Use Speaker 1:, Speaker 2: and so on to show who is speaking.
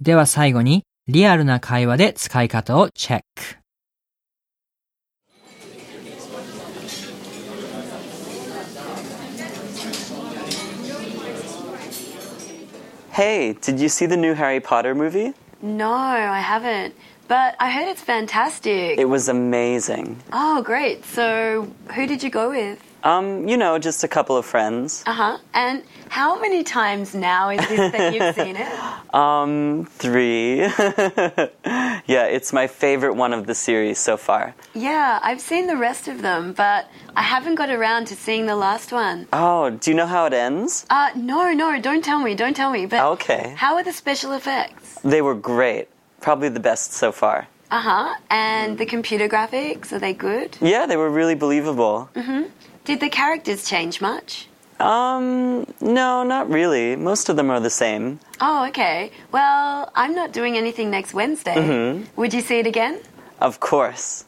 Speaker 1: では最後に、リアルな会話で使い方をチェック。
Speaker 2: Hey, did you see the new Harry Potter movie?
Speaker 3: No, I haven't. But I heard it's fantastic.
Speaker 2: It was amazing.
Speaker 3: oh, great. So, who did you go with?
Speaker 2: Um, you know, just a couple of friends.
Speaker 3: Uh huh. And how many times now is this that you've seen it?
Speaker 2: Um, three. yeah, it's my favorite one of the series so far.
Speaker 3: Yeah, I've seen the rest of them, but I haven't got around to seeing the last one.
Speaker 2: Oh, do you know how it ends?
Speaker 3: Uh, no, no, don't tell me, don't tell me. But
Speaker 2: Okay.
Speaker 3: how are the special effects?
Speaker 2: They were great. Probably the best so far.
Speaker 3: Uh huh. And the computer graphics, are they good?
Speaker 2: Yeah, they were really believable.
Speaker 3: Did the characters change much?
Speaker 2: Um, no, not really. Most of them are the same.
Speaker 3: Oh, okay. Well, I'm not doing anything next Wednesday. Would you see it again?
Speaker 2: Of course.